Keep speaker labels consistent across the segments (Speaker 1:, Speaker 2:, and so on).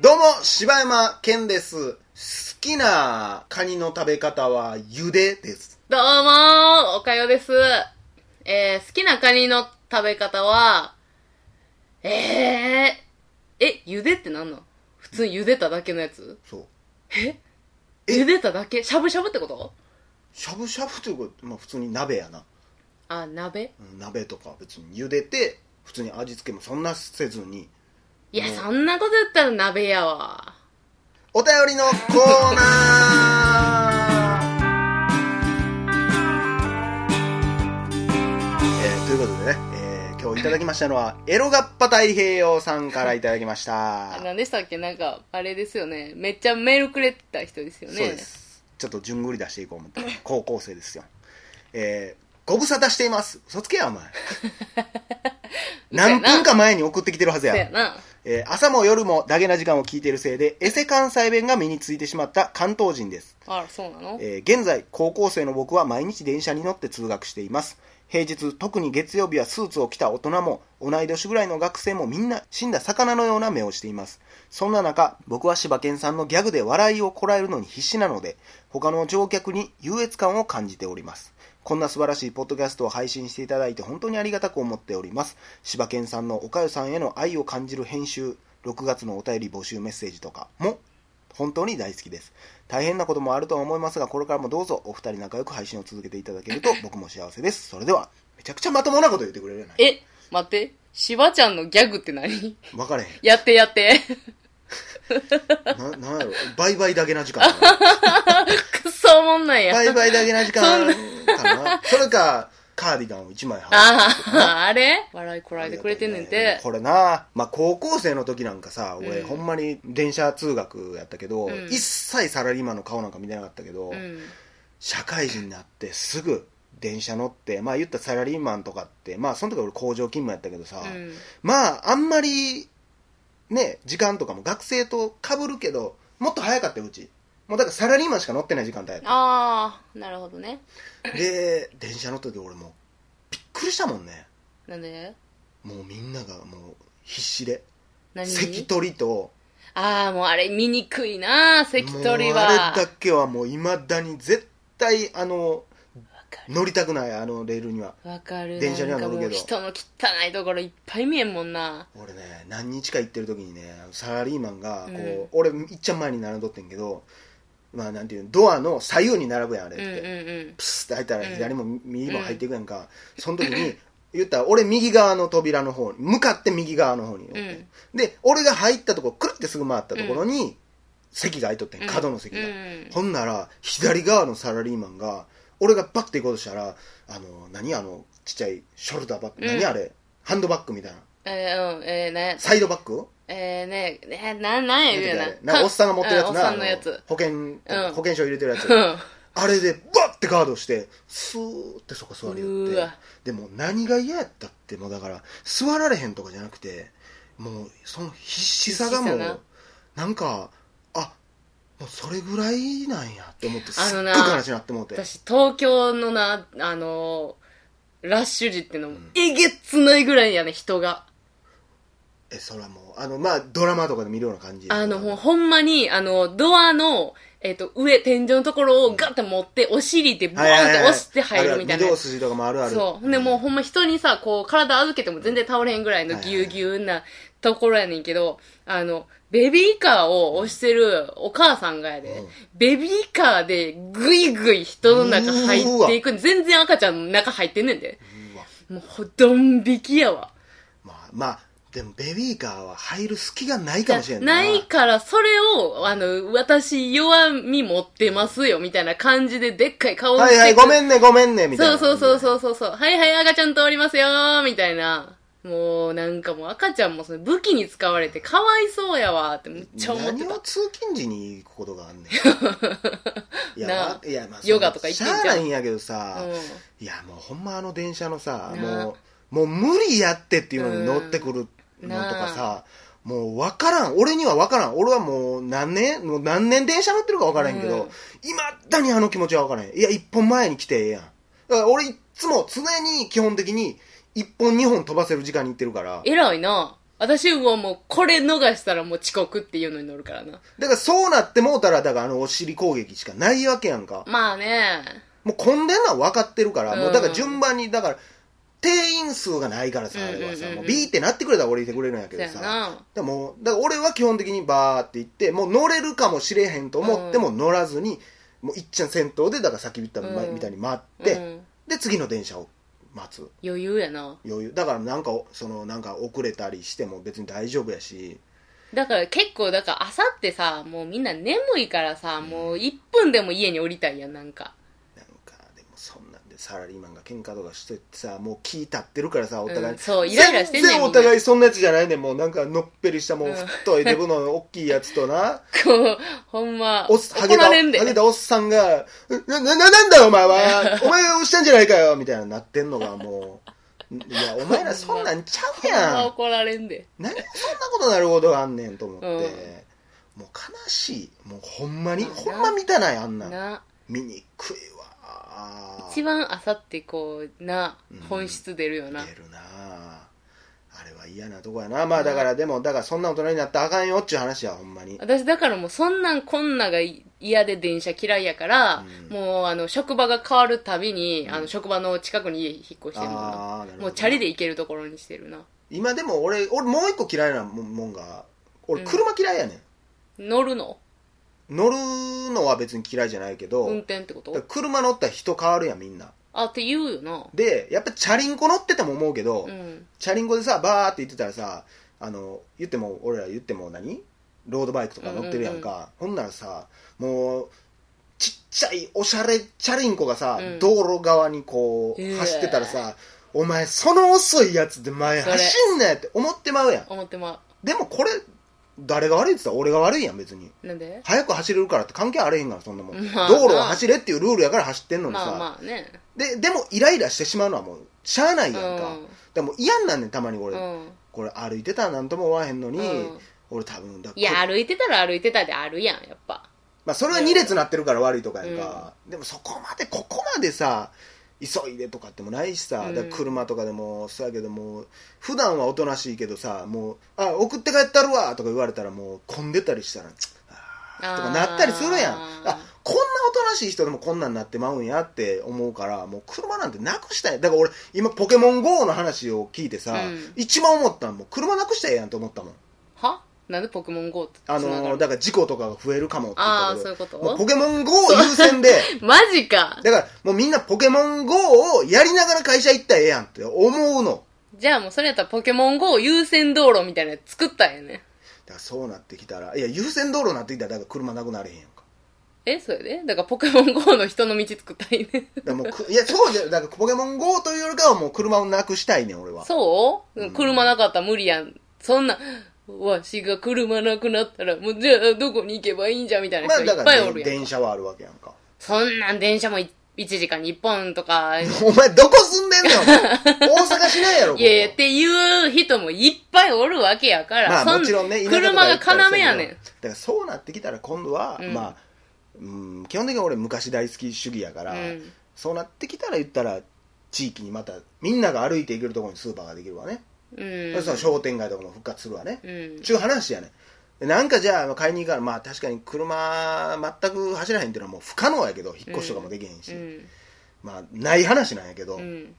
Speaker 1: どうも、柴山健です。好きなカニの食べ方は、茹でです。
Speaker 2: どうもおかよです。えー、好きなカニの食べ方は、えー、え、茹でってなんなん普通に茹でただけのやつ
Speaker 1: そう。え
Speaker 2: 茹でただけしゃぶしゃぶってこと
Speaker 1: しゃぶしゃぶというか、まあ普通に鍋やな。
Speaker 2: あ、鍋
Speaker 1: うん鍋とか別に茹でて、普通に味付けもそんなせずに。
Speaker 2: いや、
Speaker 1: うん
Speaker 2: そんなこと言ったら鍋やわ。
Speaker 1: お便りのコーナーえーということでね、えー今日いただきましたのは、エロガッパ太平洋さんからいただきました。
Speaker 2: あ、何でしたっけなんか、あれですよね。めっちゃメールくれてた人ですよね。
Speaker 1: そうですちょっと順繰り出していこう思って 高校生ですよえー、ご無沙汰しています嘘つけ やお前何分か前に送ってきてるはず
Speaker 2: そ
Speaker 1: や
Speaker 2: うやな。
Speaker 1: えー朝も夜もダゲな時間を聞いているせいでエセ関西弁が身についてしまった関東人です
Speaker 2: あら、そうなの
Speaker 1: えー現在高校生の僕は毎日電車に乗って通学しています平日特に月曜日はスーツを着た大人も同い年ぐらいの学生もみんな死んだ魚のような目をしていますそんな中僕は柴犬さんのギャグで笑いをこらえるのに必死なので他の乗客に優越感を感じておりますこんな素晴らしいポッドキャストを配信していただいて本当にありがたく思っております柴犬さんのおかゆさんへの愛を感じる編集6月のお便り募集メッセージとかも本当に大好きです大変なこともあるとは思いますがこれからもどうぞお二人仲良く配信を続けていただける と僕も幸せですそれではめちゃくちゃまともなこと言ってくれるや ない
Speaker 2: え、待って。しばちゃんのギャグって何
Speaker 1: 分かれへん
Speaker 2: やって やって。
Speaker 1: ななんやろバイバイだけな時 間か
Speaker 2: くっそおもんない
Speaker 1: なバ
Speaker 2: や。
Speaker 1: イバイだけな時間かなそれかカーディガンを1枚羽
Speaker 2: あ あ、あれ笑いこらえてくれてんねんて。
Speaker 1: これな、まあ、高校生の時なんかさ俺、
Speaker 2: うん
Speaker 1: ほんまに電車通学やったけど、
Speaker 2: うん
Speaker 1: 一切サラリーマンの顔なんか見てなかったけど、
Speaker 2: うん。
Speaker 1: 社会人になってすぐ電車乗ってまあ言ったらサラリーマンとかってまあその時俺工場勤務やったけどさ、
Speaker 2: うん。
Speaker 1: まああんまりね時間とかも学生とかぶるけどもっと早かったようちもうだからサラリーマンしか乗ってない時間帯やっ
Speaker 2: ああ、なるほどね。
Speaker 1: たで電車乗ってて俺もうびっくりしたもんね
Speaker 2: なんで
Speaker 1: もうみんながもう必死で
Speaker 2: 何
Speaker 1: 関取と
Speaker 2: ああ、もうあれ見にくいな、関取
Speaker 1: もうあ
Speaker 2: は。
Speaker 1: れだけはもういまだに絶対あの
Speaker 2: わか
Speaker 1: 乗りたくないあのレールには
Speaker 2: る。わかる。
Speaker 1: 電車には乗るけど
Speaker 2: なんかもう人の汚いところいっぱい見えんもんな。
Speaker 1: 俺ね何日か行ってる時にねサラリーマンがこう、
Speaker 2: うん
Speaker 1: 俺いっちゃん前に並んどってんけどまあなんていうのドアの左右に並ぶやんあれっ
Speaker 2: うん
Speaker 1: て、
Speaker 2: うんうん。
Speaker 1: プスって開いたら
Speaker 2: うん
Speaker 1: 左も右も入っていくやんか、その時に言ったら俺右側の扉の方に向かって右側の方におって、
Speaker 2: うん
Speaker 1: で俺が入ったとこくるってすぐ回ったところに、席が空いとってん角の席が、
Speaker 2: うんうん
Speaker 1: ほんなら左側のサラリーマンが俺がバッて行こうとしたらあの何あのちっちゃいショルダーバッグ、
Speaker 2: うん
Speaker 1: 何あれハンドバッグみたいな
Speaker 2: えー、うん、えー、ね、
Speaker 1: サイドバッグ
Speaker 2: えー、ね、えー、なん、なんや 言う
Speaker 1: な
Speaker 2: や
Speaker 1: んかおっさんが持ってるやつ
Speaker 2: うおっ
Speaker 1: な
Speaker 2: さんのや
Speaker 1: あの
Speaker 2: つ。
Speaker 1: 保険、
Speaker 2: うん
Speaker 1: 保険証入れてるやつ
Speaker 2: うん。
Speaker 1: あれでバッてガードしてスーッてそこ座りよっ
Speaker 2: う
Speaker 1: て
Speaker 2: わ
Speaker 1: でも何が嫌やったってもうだから座られへんとかじゃなくてもうその必死さがも
Speaker 2: 必死さ
Speaker 1: う
Speaker 2: な
Speaker 1: なんかあもうそれぐらいなんやって思ってす
Speaker 2: あ
Speaker 1: っご
Speaker 2: の
Speaker 1: い
Speaker 2: な
Speaker 1: 悲しいなって思って
Speaker 2: 私、東京のな、あのーラッシュ時ってのも、えげつないぐらいやね、人が。
Speaker 1: えそれはもうあのまあドラマとかで見るような感じ
Speaker 2: あの、ほんほんまに、あの、ドアの、えっ、と、上、天井のところをガッて持って、お尻でボーンっ
Speaker 1: はいはいはい
Speaker 2: て押して入るみたい
Speaker 1: あ
Speaker 2: な
Speaker 1: 御堂。筋とかもあるある
Speaker 2: そう。ほんで、もうほんま人にさ、こう、体預けても全然倒れへんぐらいの
Speaker 1: はいはい
Speaker 2: ぎゅ
Speaker 1: は
Speaker 2: う
Speaker 1: い
Speaker 2: ぎゅうなところやねんけど、あの、ベビーカーを押してるお母さんがやで、
Speaker 1: うん
Speaker 2: ベビーカーでぐいぐい人の中入っていく。全然赤ちゃんの中入ってんねんで。
Speaker 1: うわ
Speaker 2: もう、ほどん引きやわ。
Speaker 1: まあまあでもベビーカーは入る隙がないかもしれん
Speaker 2: な
Speaker 1: ない
Speaker 2: から、それを、あの、私、弱み持ってますよ、みたいな感じで、でっかい顔を
Speaker 1: はいはい
Speaker 2: く
Speaker 1: ごめんねごめんねみたい
Speaker 2: そ
Speaker 1: な
Speaker 2: うそうそうそうそうそう。はいはい、赤ちゃん通りますよー、みたいな。もう、なんかもう赤ちゃんもその武器に使われて、かわいそうやわーってめっちゃ思って
Speaker 1: 何を
Speaker 2: た。
Speaker 1: 通勤時に行くことがあんねん いや、
Speaker 2: なあ
Speaker 1: まあいやまあ、
Speaker 2: ヨガとか行ってん
Speaker 1: し
Speaker 2: じゃん
Speaker 1: ゃあないんやけどさ、
Speaker 2: うん
Speaker 1: いやもうほんまあの電車のさ
Speaker 2: なあ
Speaker 1: もうもう無理やってっていうのに乗ってくるのとかさ、もう分からん俺には分からん俺はもう何年もう何年電車乗ってるか分からへんけ
Speaker 2: う
Speaker 1: ど
Speaker 2: ん
Speaker 1: いま、未だにあの気持ちは分からへんいや一本前に来てええやんだから俺いっつも常に基本的に1本2本飛ばせる時間に行ってるから。
Speaker 2: 偉いな。私はもう、これ逃したらもう遅刻っていうのに乗るからな。
Speaker 1: だからそうなってもうたら、だからあのお尻攻撃しかないわけやんか。
Speaker 2: まあね。
Speaker 1: もう混んでんのは分かってるから、
Speaker 2: うん
Speaker 1: もうだから順番に、だから、定員数がないからさ、あれはさ、
Speaker 2: うんうんうんうん
Speaker 1: もうビーってなってくれたら俺いてくれるんやけ
Speaker 2: そ
Speaker 1: ど
Speaker 2: や
Speaker 1: さ。
Speaker 2: な。
Speaker 1: でもだから俺は基本的にバーって行ってもう乗れるかもしれへんと思っても乗らずに、もういっちゃん先頭でだから先言った
Speaker 2: うん
Speaker 1: みたいに待っ
Speaker 2: う
Speaker 1: て、
Speaker 2: ん、
Speaker 1: で次の電車を待つ
Speaker 2: 余裕やな。
Speaker 1: 余裕だからなんかそのなんか遅れたりしても別に大丈夫やし
Speaker 2: だから結構、だから朝ってさ、もうみんな眠いからさ、もう1分でも家に降りたいやん、なんか。
Speaker 1: なんかでもそんなんでサラリーマンが喧嘩とかしててさもう気立ってるからさお互い、
Speaker 2: うんそうイライラしてんねん
Speaker 1: 全然お互いそんなやつじゃないねんもうなんかのっぺりしたもう太いデブの大きいやつとな
Speaker 2: こう、ほんま、
Speaker 1: おっさん、ハ
Speaker 2: 怒
Speaker 1: ゲた、
Speaker 2: ら
Speaker 1: ハ
Speaker 2: れんで。
Speaker 1: ゲたおっさんが、な、な、ななんだよお前はお前が押したんじゃないかよみたいななってんのがもう、いや、お前らそんなんちゃう
Speaker 2: ほんま
Speaker 1: やん。
Speaker 2: 怒られんで。
Speaker 1: 何でそん なことなることがあんねんと思って。もう悲しい。もうほんまに、
Speaker 2: まあな
Speaker 1: ほんま見たない、あんなん。
Speaker 2: な、
Speaker 1: 見にくいわ。
Speaker 2: 一番朝ってこう、な
Speaker 1: うん、
Speaker 2: 本質出るよな。
Speaker 1: 出るなあれは嫌なとこやな。まあだから、でも、だからそんな大人になったらあかんよっちゅう話や、ほんまに。
Speaker 2: 私だからもうそんなんこんなが嫌で電車嫌いやから、
Speaker 1: うん
Speaker 2: もうあの職場が変わるたびに、あの職場の近くに家引っ越してるもんな
Speaker 1: ああ、なるほど。
Speaker 2: もうチャリで行けるところにしてるな
Speaker 1: 今でも俺俺もう一個嫌いなもんもんが俺車嫌いやね
Speaker 2: 乗るの
Speaker 1: ん、乗るのは別に嫌いじゃないけど、
Speaker 2: 運転ってこ
Speaker 1: だから
Speaker 2: と
Speaker 1: 車乗ったら人変わるやんみんな
Speaker 2: あって言うよな
Speaker 1: でやっぱチャリンコ乗ってても思うけど、
Speaker 2: うん
Speaker 1: チャリンコでさバーって言ってたらさあの言っても俺ら言っても何ロードバイクとか乗ってるやんか、ほんならさもうちっちゃいおしゃれチャリンコがさ、
Speaker 2: うん
Speaker 1: 道路側にこう
Speaker 2: うわ
Speaker 1: 走ってたらさお前その遅いやつで前
Speaker 2: それ
Speaker 1: 走んなよって思ってまうやん
Speaker 2: 思ってま
Speaker 1: でもこれ誰が悪いって言ったら俺が悪いやん別に
Speaker 2: なんで
Speaker 1: 早く走れるからって関係あれへんからそんなもん、
Speaker 2: まあ
Speaker 1: 道路を走れっていうルールやから走ってんのにさ、
Speaker 2: まあまあね
Speaker 1: ででもイライラしてしまうのはもうしゃあないやんか、
Speaker 2: うん
Speaker 1: でも嫌になんねんたまに
Speaker 2: う
Speaker 1: 俺、
Speaker 2: ん
Speaker 1: これ歩いてたら何とも思わへんのに、
Speaker 2: うん
Speaker 1: 俺多分だ
Speaker 2: いや歩いてたら歩いてたであるやんやっぱ
Speaker 1: まあ、それは2列なってるから悪いとかやんか、でもそこまでここまでさ急いでとかってもないしさ、
Speaker 2: うん
Speaker 1: だから車とかでもそうやけども普段はおとなしいけどさもうあ送って帰ったるわとか言われたらもう混んでたりしたらと
Speaker 2: と
Speaker 1: かなったりするやんあこんなおとなしい人でもこんなんなってまうんやって思うからもう車なんてなくしたいだから俺今ポケモン GO の話を聞いてさ、
Speaker 2: うん
Speaker 1: 一番思ったんもう車なくしたらええやんと思ったもん
Speaker 2: はなんでポケモン GO って
Speaker 1: あの
Speaker 2: 繋が
Speaker 1: ー
Speaker 2: る
Speaker 1: だから事故とかが増えるかもって言
Speaker 2: ああ
Speaker 1: っ
Speaker 2: そうい
Speaker 1: た
Speaker 2: う
Speaker 1: け
Speaker 2: こ
Speaker 1: どもう
Speaker 2: と
Speaker 1: ポケモン GO 優先で
Speaker 2: マジか
Speaker 1: だからもうみんなポケモン GO をやりながら会社行ったらええやんって思うの
Speaker 2: じゃあもうそれやったらポケモン GO 優先道路みたいなの作ったんやね。
Speaker 1: だからそうなってきたらいや優先道路になってきたらだから車なくなれへんやんか
Speaker 2: え、それでだからポケモン GO の人の道作ったんやね。
Speaker 1: だからもうくいやそうじゃだからポケモン GO というよりかはもう車をなくしたいねん俺は
Speaker 2: そう、
Speaker 1: うん
Speaker 2: 車なかったら無理やん。そんな、わしが車なくなったら、もうじゃあどこに行けばいいんじゃみたいな
Speaker 1: まあ
Speaker 2: 人い
Speaker 1: だ
Speaker 2: っ
Speaker 1: か
Speaker 2: ぱい
Speaker 1: ら
Speaker 2: おる
Speaker 1: で
Speaker 2: やん。
Speaker 1: 電車はあるわけやんか
Speaker 2: そんなん電車も1時間に1本 とか。い
Speaker 1: お前どこ住んでんの 大阪市内やろここ
Speaker 2: やいや、っていう人もいっぱいおるわけやから。
Speaker 1: ま
Speaker 2: そ
Speaker 1: あ
Speaker 2: ん
Speaker 1: もちろんね
Speaker 2: 車が要やね
Speaker 1: だか。
Speaker 2: ん
Speaker 1: らそうなってきたら今度は、
Speaker 2: うん
Speaker 1: まあうん基本的に俺昔大好き主義やから、
Speaker 2: うん
Speaker 1: そうなってきたら言ったら地域にまたみんなが歩いていけるところにスーパーができるわね、
Speaker 2: うん。
Speaker 1: そしたら商店街とかも復活するわね、
Speaker 2: うん。
Speaker 1: ちゅう話やねでなんかじゃあ買いに行かなまあ確かに車全く走らへんっていうのはもう不可能やけど引っ越しとかもできへんし、
Speaker 2: うん。
Speaker 1: まあない話なんやけど、
Speaker 2: うん。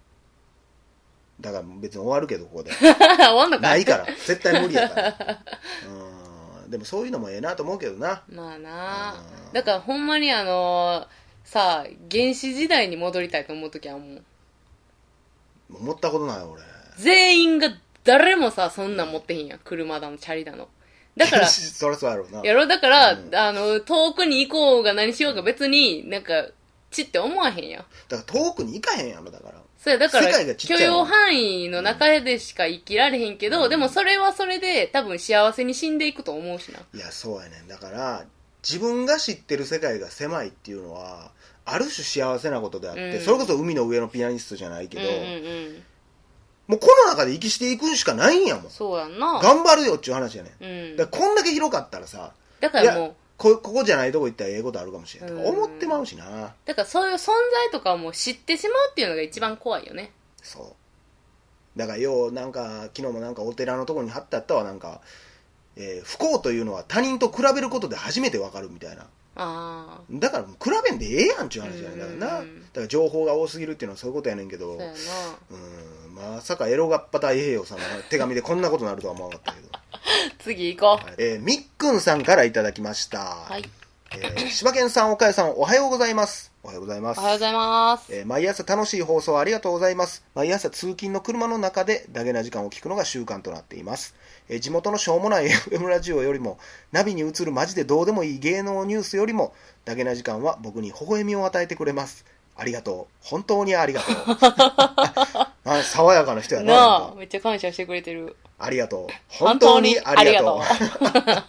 Speaker 1: だから別に終わるけどここで
Speaker 2: 終わんのか
Speaker 1: ないから絶対無理やから うんでもそういうのもええなと思うけどな
Speaker 2: まあなあ
Speaker 1: うん
Speaker 2: だからほんまにあのさあ原始時代に戻りたいと思う時はもう
Speaker 1: 思ったことない俺
Speaker 2: 全員が誰もさそんなん持ってへんやん車だのチャリだのだか ら
Speaker 1: そりゃそうやろうな
Speaker 2: やろだから、
Speaker 1: うん
Speaker 2: あの遠くに行こうが何しようが別になんかちって思わへんやん
Speaker 1: だから遠くに行かへんやろだから
Speaker 2: それだから
Speaker 1: 世界がちっちゃ
Speaker 2: 許
Speaker 1: いもん
Speaker 2: 容範囲の中でしか生きられへんけど、でもそれはそれで多分幸せに死んでいくと思うしない
Speaker 1: やそうやねんだから自分が知ってる世界が狭いっていうのはある種幸せなことであって、
Speaker 2: うん
Speaker 1: それこそ海の上のピアニストじゃないけど、
Speaker 2: うんうんうん
Speaker 1: もうこの中で生きしていくんしかないんやもん
Speaker 2: そうやんな
Speaker 1: 頑張るよっちゅう話やねん、
Speaker 2: うん
Speaker 1: だからこんだけ広かったらさ
Speaker 2: だか
Speaker 1: い
Speaker 2: ら
Speaker 1: や
Speaker 2: もう
Speaker 1: こここじゃないとこ行ったらええことあるかもしれんとか思ってまうしな、
Speaker 2: だからそういう存在とかをもう知ってしまうっていうのが一番怖いよね。
Speaker 1: そうだからようなんか昨日もなんかお寺のとこに貼ってあったわなんか、えー不幸というのは他人と比べることで初めてわかるみたいな
Speaker 2: ああ。
Speaker 1: だからもう比べんでええやんっちゅう話じゃないだからな
Speaker 2: う
Speaker 1: だ
Speaker 2: んうんうん
Speaker 1: から情報が多すぎるっていうのはそういうことやねんけど
Speaker 2: そうやな。
Speaker 1: うんまさかエロガッパ太平洋さんの手紙でこんなことになるとは思わなかった けど、
Speaker 2: 次行こ
Speaker 1: はいえーみっくんさんからいただきました、
Speaker 2: う。はい。
Speaker 1: えー柴犬さん岡谷さんおはようございますおはようございま
Speaker 2: お
Speaker 1: す
Speaker 2: はようございます。
Speaker 1: えー毎朝楽しい放送ありがとうございます毎朝通勤の車の中でダゲな時間を聞くのが習慣となっています、えー地元のしょうもない FM ラジオよりもナビに映るマジでどうでもいい芸能ニュースよりもダゲな時間は僕に微笑みを与えてくれますありがとう本当にありがとう あ爽やかな人やな
Speaker 2: な
Speaker 1: なん
Speaker 2: あ、
Speaker 1: か
Speaker 2: めっちゃ感謝してくれてる。
Speaker 1: ありがとう。本当にありがとう
Speaker 2: 本。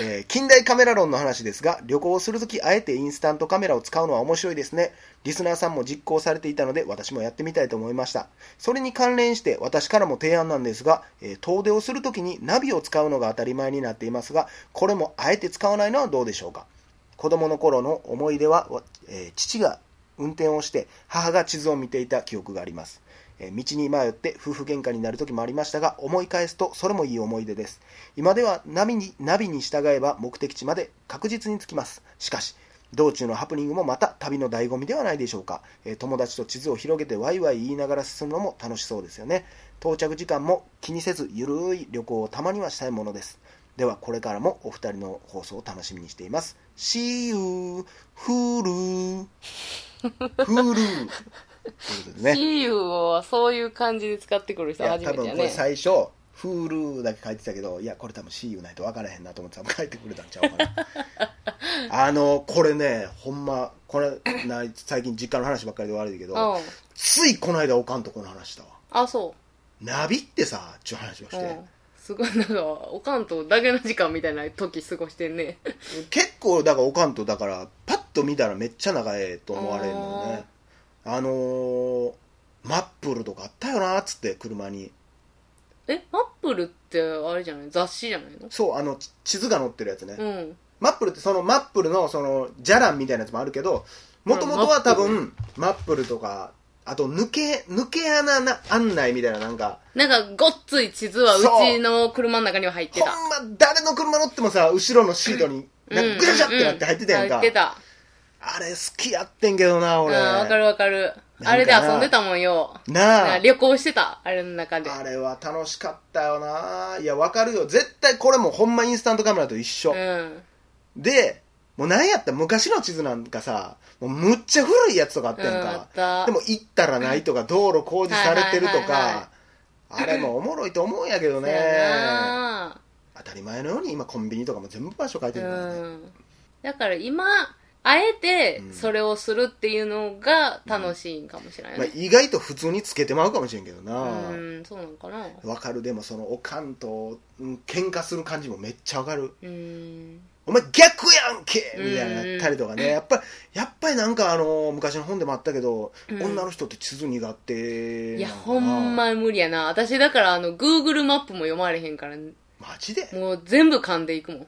Speaker 1: えー近代カメラ論の話ですが、旅行をするとき、あえてインスタントカメラを使うのは面白いですね。リスナーさんも実行されていたので、私もやってみたいと思いました。それに関連して、私からも提案なんですが、えー遠出をするときにナビを使うのが当たり前になっていますが、これもあえて使わないのはどうでしょうか。子供の頃の思い出は、わえー父が運転をして母が地図を見ていた記憶があります、えー道に迷って夫婦喧嘩になる時もありましたが思い返すとそれもいい思い出です今ではナビにナビに従えば目的地まで確実に着きますしかし道中のハプニングもまた旅の醍醐味ではないでしょうか、えー友達と地図を広げてワイワイ言いながら進むのも楽しそうですよね到着時間も気にせずゆるい旅行をたまにはしたいものですではこれからもお二人の放送を楽しみにしています See you! フールフールということでね。
Speaker 2: See you をそういう感じで使ってくる
Speaker 1: い
Speaker 2: 人
Speaker 1: や、
Speaker 2: 初
Speaker 1: 多
Speaker 2: めて
Speaker 1: 分
Speaker 2: や
Speaker 1: これ
Speaker 2: ね。
Speaker 1: 最初、フールだけ書いてたけど、いや、これ多分 See you ないと分からへんなと思って多分書いてくれたんちゃうか な。あの、これね、ほんま、これ、な最近実家の話ばっかりで悪いけ
Speaker 2: う
Speaker 1: ど、
Speaker 2: ん。
Speaker 1: ついこの間おかんとこの話したわ。
Speaker 2: あ、そ
Speaker 1: ナビってさ、ちゅう話をし
Speaker 2: う。う
Speaker 1: て
Speaker 2: ん。。すごい、なんか、おかんとだけの時間みたいな時過ごしてんね。
Speaker 1: 結構だからおかんとだからパッと見たらめっちゃ長えと思われるのよねあのー、マップルとかあったよなっつって車に
Speaker 2: え、アップルってあれじゃない雑誌じゃないの
Speaker 1: そうあのち地図が載ってるやつね、
Speaker 2: うん。
Speaker 1: マップルってそのマップルのそのじゃらんみたいなやつもあるけどもともとは多分マップルとかあと抜け抜け穴な案内みたいななんか
Speaker 2: なんか、ごっつい地図はうちの車の中には入って
Speaker 1: ほん
Speaker 2: た。
Speaker 1: ま誰の車乗ってもさ後ろのシートになんかぐちゃぐちゃってなって入ってたやんか、
Speaker 2: 入ってた。
Speaker 1: あれ好きやってんけどな
Speaker 2: うん、
Speaker 1: 俺
Speaker 2: わかるわかる。
Speaker 1: な
Speaker 2: あれで遊んでたもんよ。
Speaker 1: なあ
Speaker 2: 旅行してた、あれの中で。
Speaker 1: あれは楽しかったよないやわかるよ絶対これもほんまインスタントカメラと一緒
Speaker 2: う、ん。
Speaker 1: でもう何やったら昔の地図なんかさもうむっちゃ古いやつとかあってん
Speaker 2: うんあ
Speaker 1: か
Speaker 2: っ、た
Speaker 1: でも行ったらないとか道路工事されてると
Speaker 2: はいはいはいは
Speaker 1: かあれもおもろいと思うんやけど
Speaker 2: そうや
Speaker 1: ね
Speaker 2: な
Speaker 1: 当たり前のように今コンビニとかも全部場所書いてるからね、
Speaker 2: うん。だから今、あえて
Speaker 1: うん
Speaker 2: それをするっていうのが楽しいんかもしれない、
Speaker 1: まあ
Speaker 2: ね、
Speaker 1: 意外と普通につけてまうかもしれんけどな
Speaker 2: うん、そうなんかな。
Speaker 1: わ、かるでもそのおかんと、うん、喧嘩する感じもめっちゃわかる
Speaker 2: うん。
Speaker 1: お前逆やんけ
Speaker 2: うん
Speaker 1: みたいなのやったりとかね、やっぱり、やっぱりなんかあの、昔の本でもあったけど、
Speaker 2: うん
Speaker 1: 女の人って地図苦手
Speaker 2: いや、
Speaker 1: なのか
Speaker 2: ほ。
Speaker 1: なん
Speaker 2: ま無理やな。私だから、あの、Google マップも読まれへんから、
Speaker 1: マジで
Speaker 2: もう全部噛んでいくもん。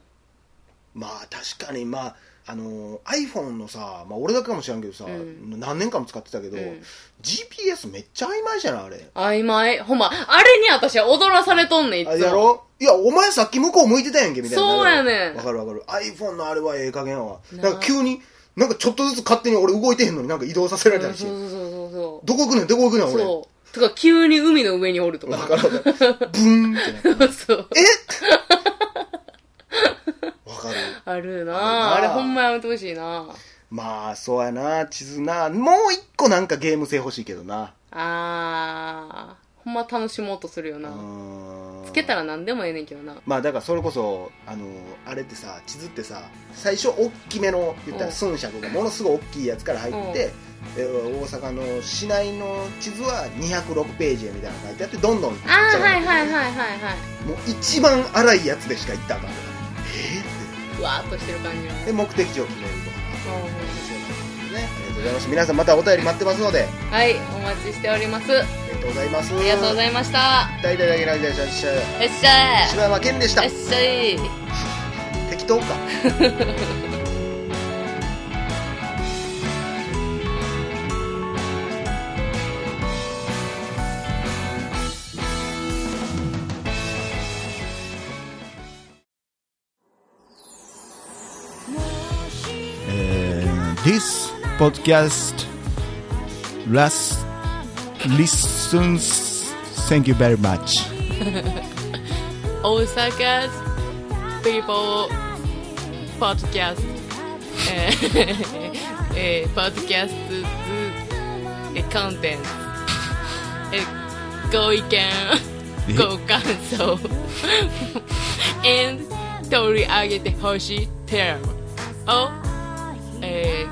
Speaker 1: まあ確かに、まあ、あの、iPhone のさ、まあ俺だけかもしれんけどさ、
Speaker 2: うん
Speaker 1: 何年間も使ってたけど、
Speaker 2: うん
Speaker 1: GPS めっちゃ曖昧じゃないあれ。
Speaker 2: 曖昧。ほんま、あれに私は踊らされとんねん、いつ
Speaker 1: あ
Speaker 2: も。
Speaker 1: やろいや、お前さっき向こう向いてたやんけ、みたいな。
Speaker 2: そうやねん
Speaker 1: わかるわかる。iPhone のあれはええ加減やわ。
Speaker 2: な
Speaker 1: な
Speaker 2: あ
Speaker 1: んか急に、なんかちょっとずつ勝手に俺動いてへんのになんか移動させら
Speaker 2: う
Speaker 1: れた
Speaker 2: ん
Speaker 1: りして。
Speaker 2: そうそうそうそう。
Speaker 1: どこ行くねん、どこ行くねん、俺。
Speaker 2: そう。とか、急に海の上におると
Speaker 1: わ
Speaker 2: か。
Speaker 1: かるわかる。ブーンってなって。
Speaker 2: そう。
Speaker 1: えわかる。
Speaker 2: あるな
Speaker 1: あ
Speaker 2: あ
Speaker 1: るな
Speaker 2: れほんまやめてほしいな
Speaker 1: まあ、そうやな、地図な。もう一個なんかゲーム性欲しいけどな。
Speaker 2: あー。ほんま楽しもうとするよ
Speaker 1: う
Speaker 2: な。
Speaker 1: ーん
Speaker 2: つけたら何でもええねんけどな。
Speaker 1: まあ、だからそれこそ、あの、あれってさ、地図ってさ、最初大きめの、言ったら
Speaker 2: うん
Speaker 1: 寸尺がものすごい大きいやつから入って、えー大阪の市内の地図は206ページやみたいなの書いてあって、どんどん。
Speaker 2: あー、はいはいはいはいは
Speaker 1: もう一番荒いやつでしか行ったらあかんから。えーっ
Speaker 2: い。うわーっとしてる感じの。
Speaker 1: て。で、目的地を決めるとか。
Speaker 2: うん
Speaker 1: ね、ありがとうございます。皆さんまたお便り待ってますので、
Speaker 2: はい、お待ちしております。
Speaker 1: あ
Speaker 2: あ
Speaker 1: りがとうございます。あ
Speaker 2: りがとうご
Speaker 1: い
Speaker 2: ざいました。
Speaker 1: ます。大々だけラジオでした
Speaker 2: いっしゃい
Speaker 1: 柴山健でした
Speaker 2: いっ。しゃい
Speaker 1: 適当か。 This podcast last listens. Thank you very much.
Speaker 2: Osaka's people podcast えーえー、podcast えー content Eh, えーご意見
Speaker 1: え
Speaker 2: ご感想 and 取り上げてほしいテーマをえ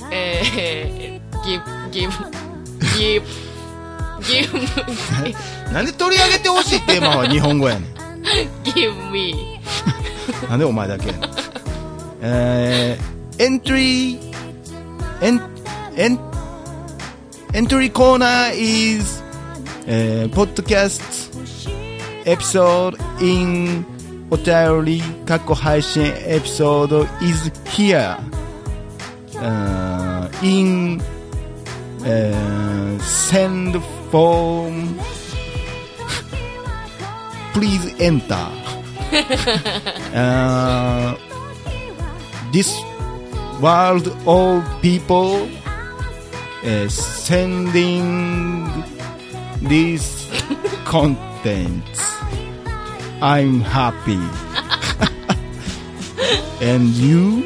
Speaker 2: ー えー、ギブギブギ ブギブ
Speaker 1: なんで取り上げてほしいテーマは日本語やねん。
Speaker 2: give me
Speaker 1: なんでお前だけやねん。えー、エントリー、エン、エン、エントリーコーナー is、えー、podcast episode in お便り、過去配信エピソード is here. あー in、えー、send form please enter. あー Uh, This world of people、えー sending these contents. I'm happy. And you?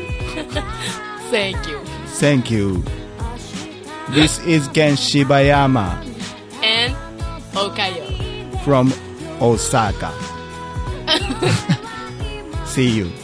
Speaker 2: thank you
Speaker 1: Thank you. This is Ken Shibayama
Speaker 2: and おかよ
Speaker 1: from Osaka. See you.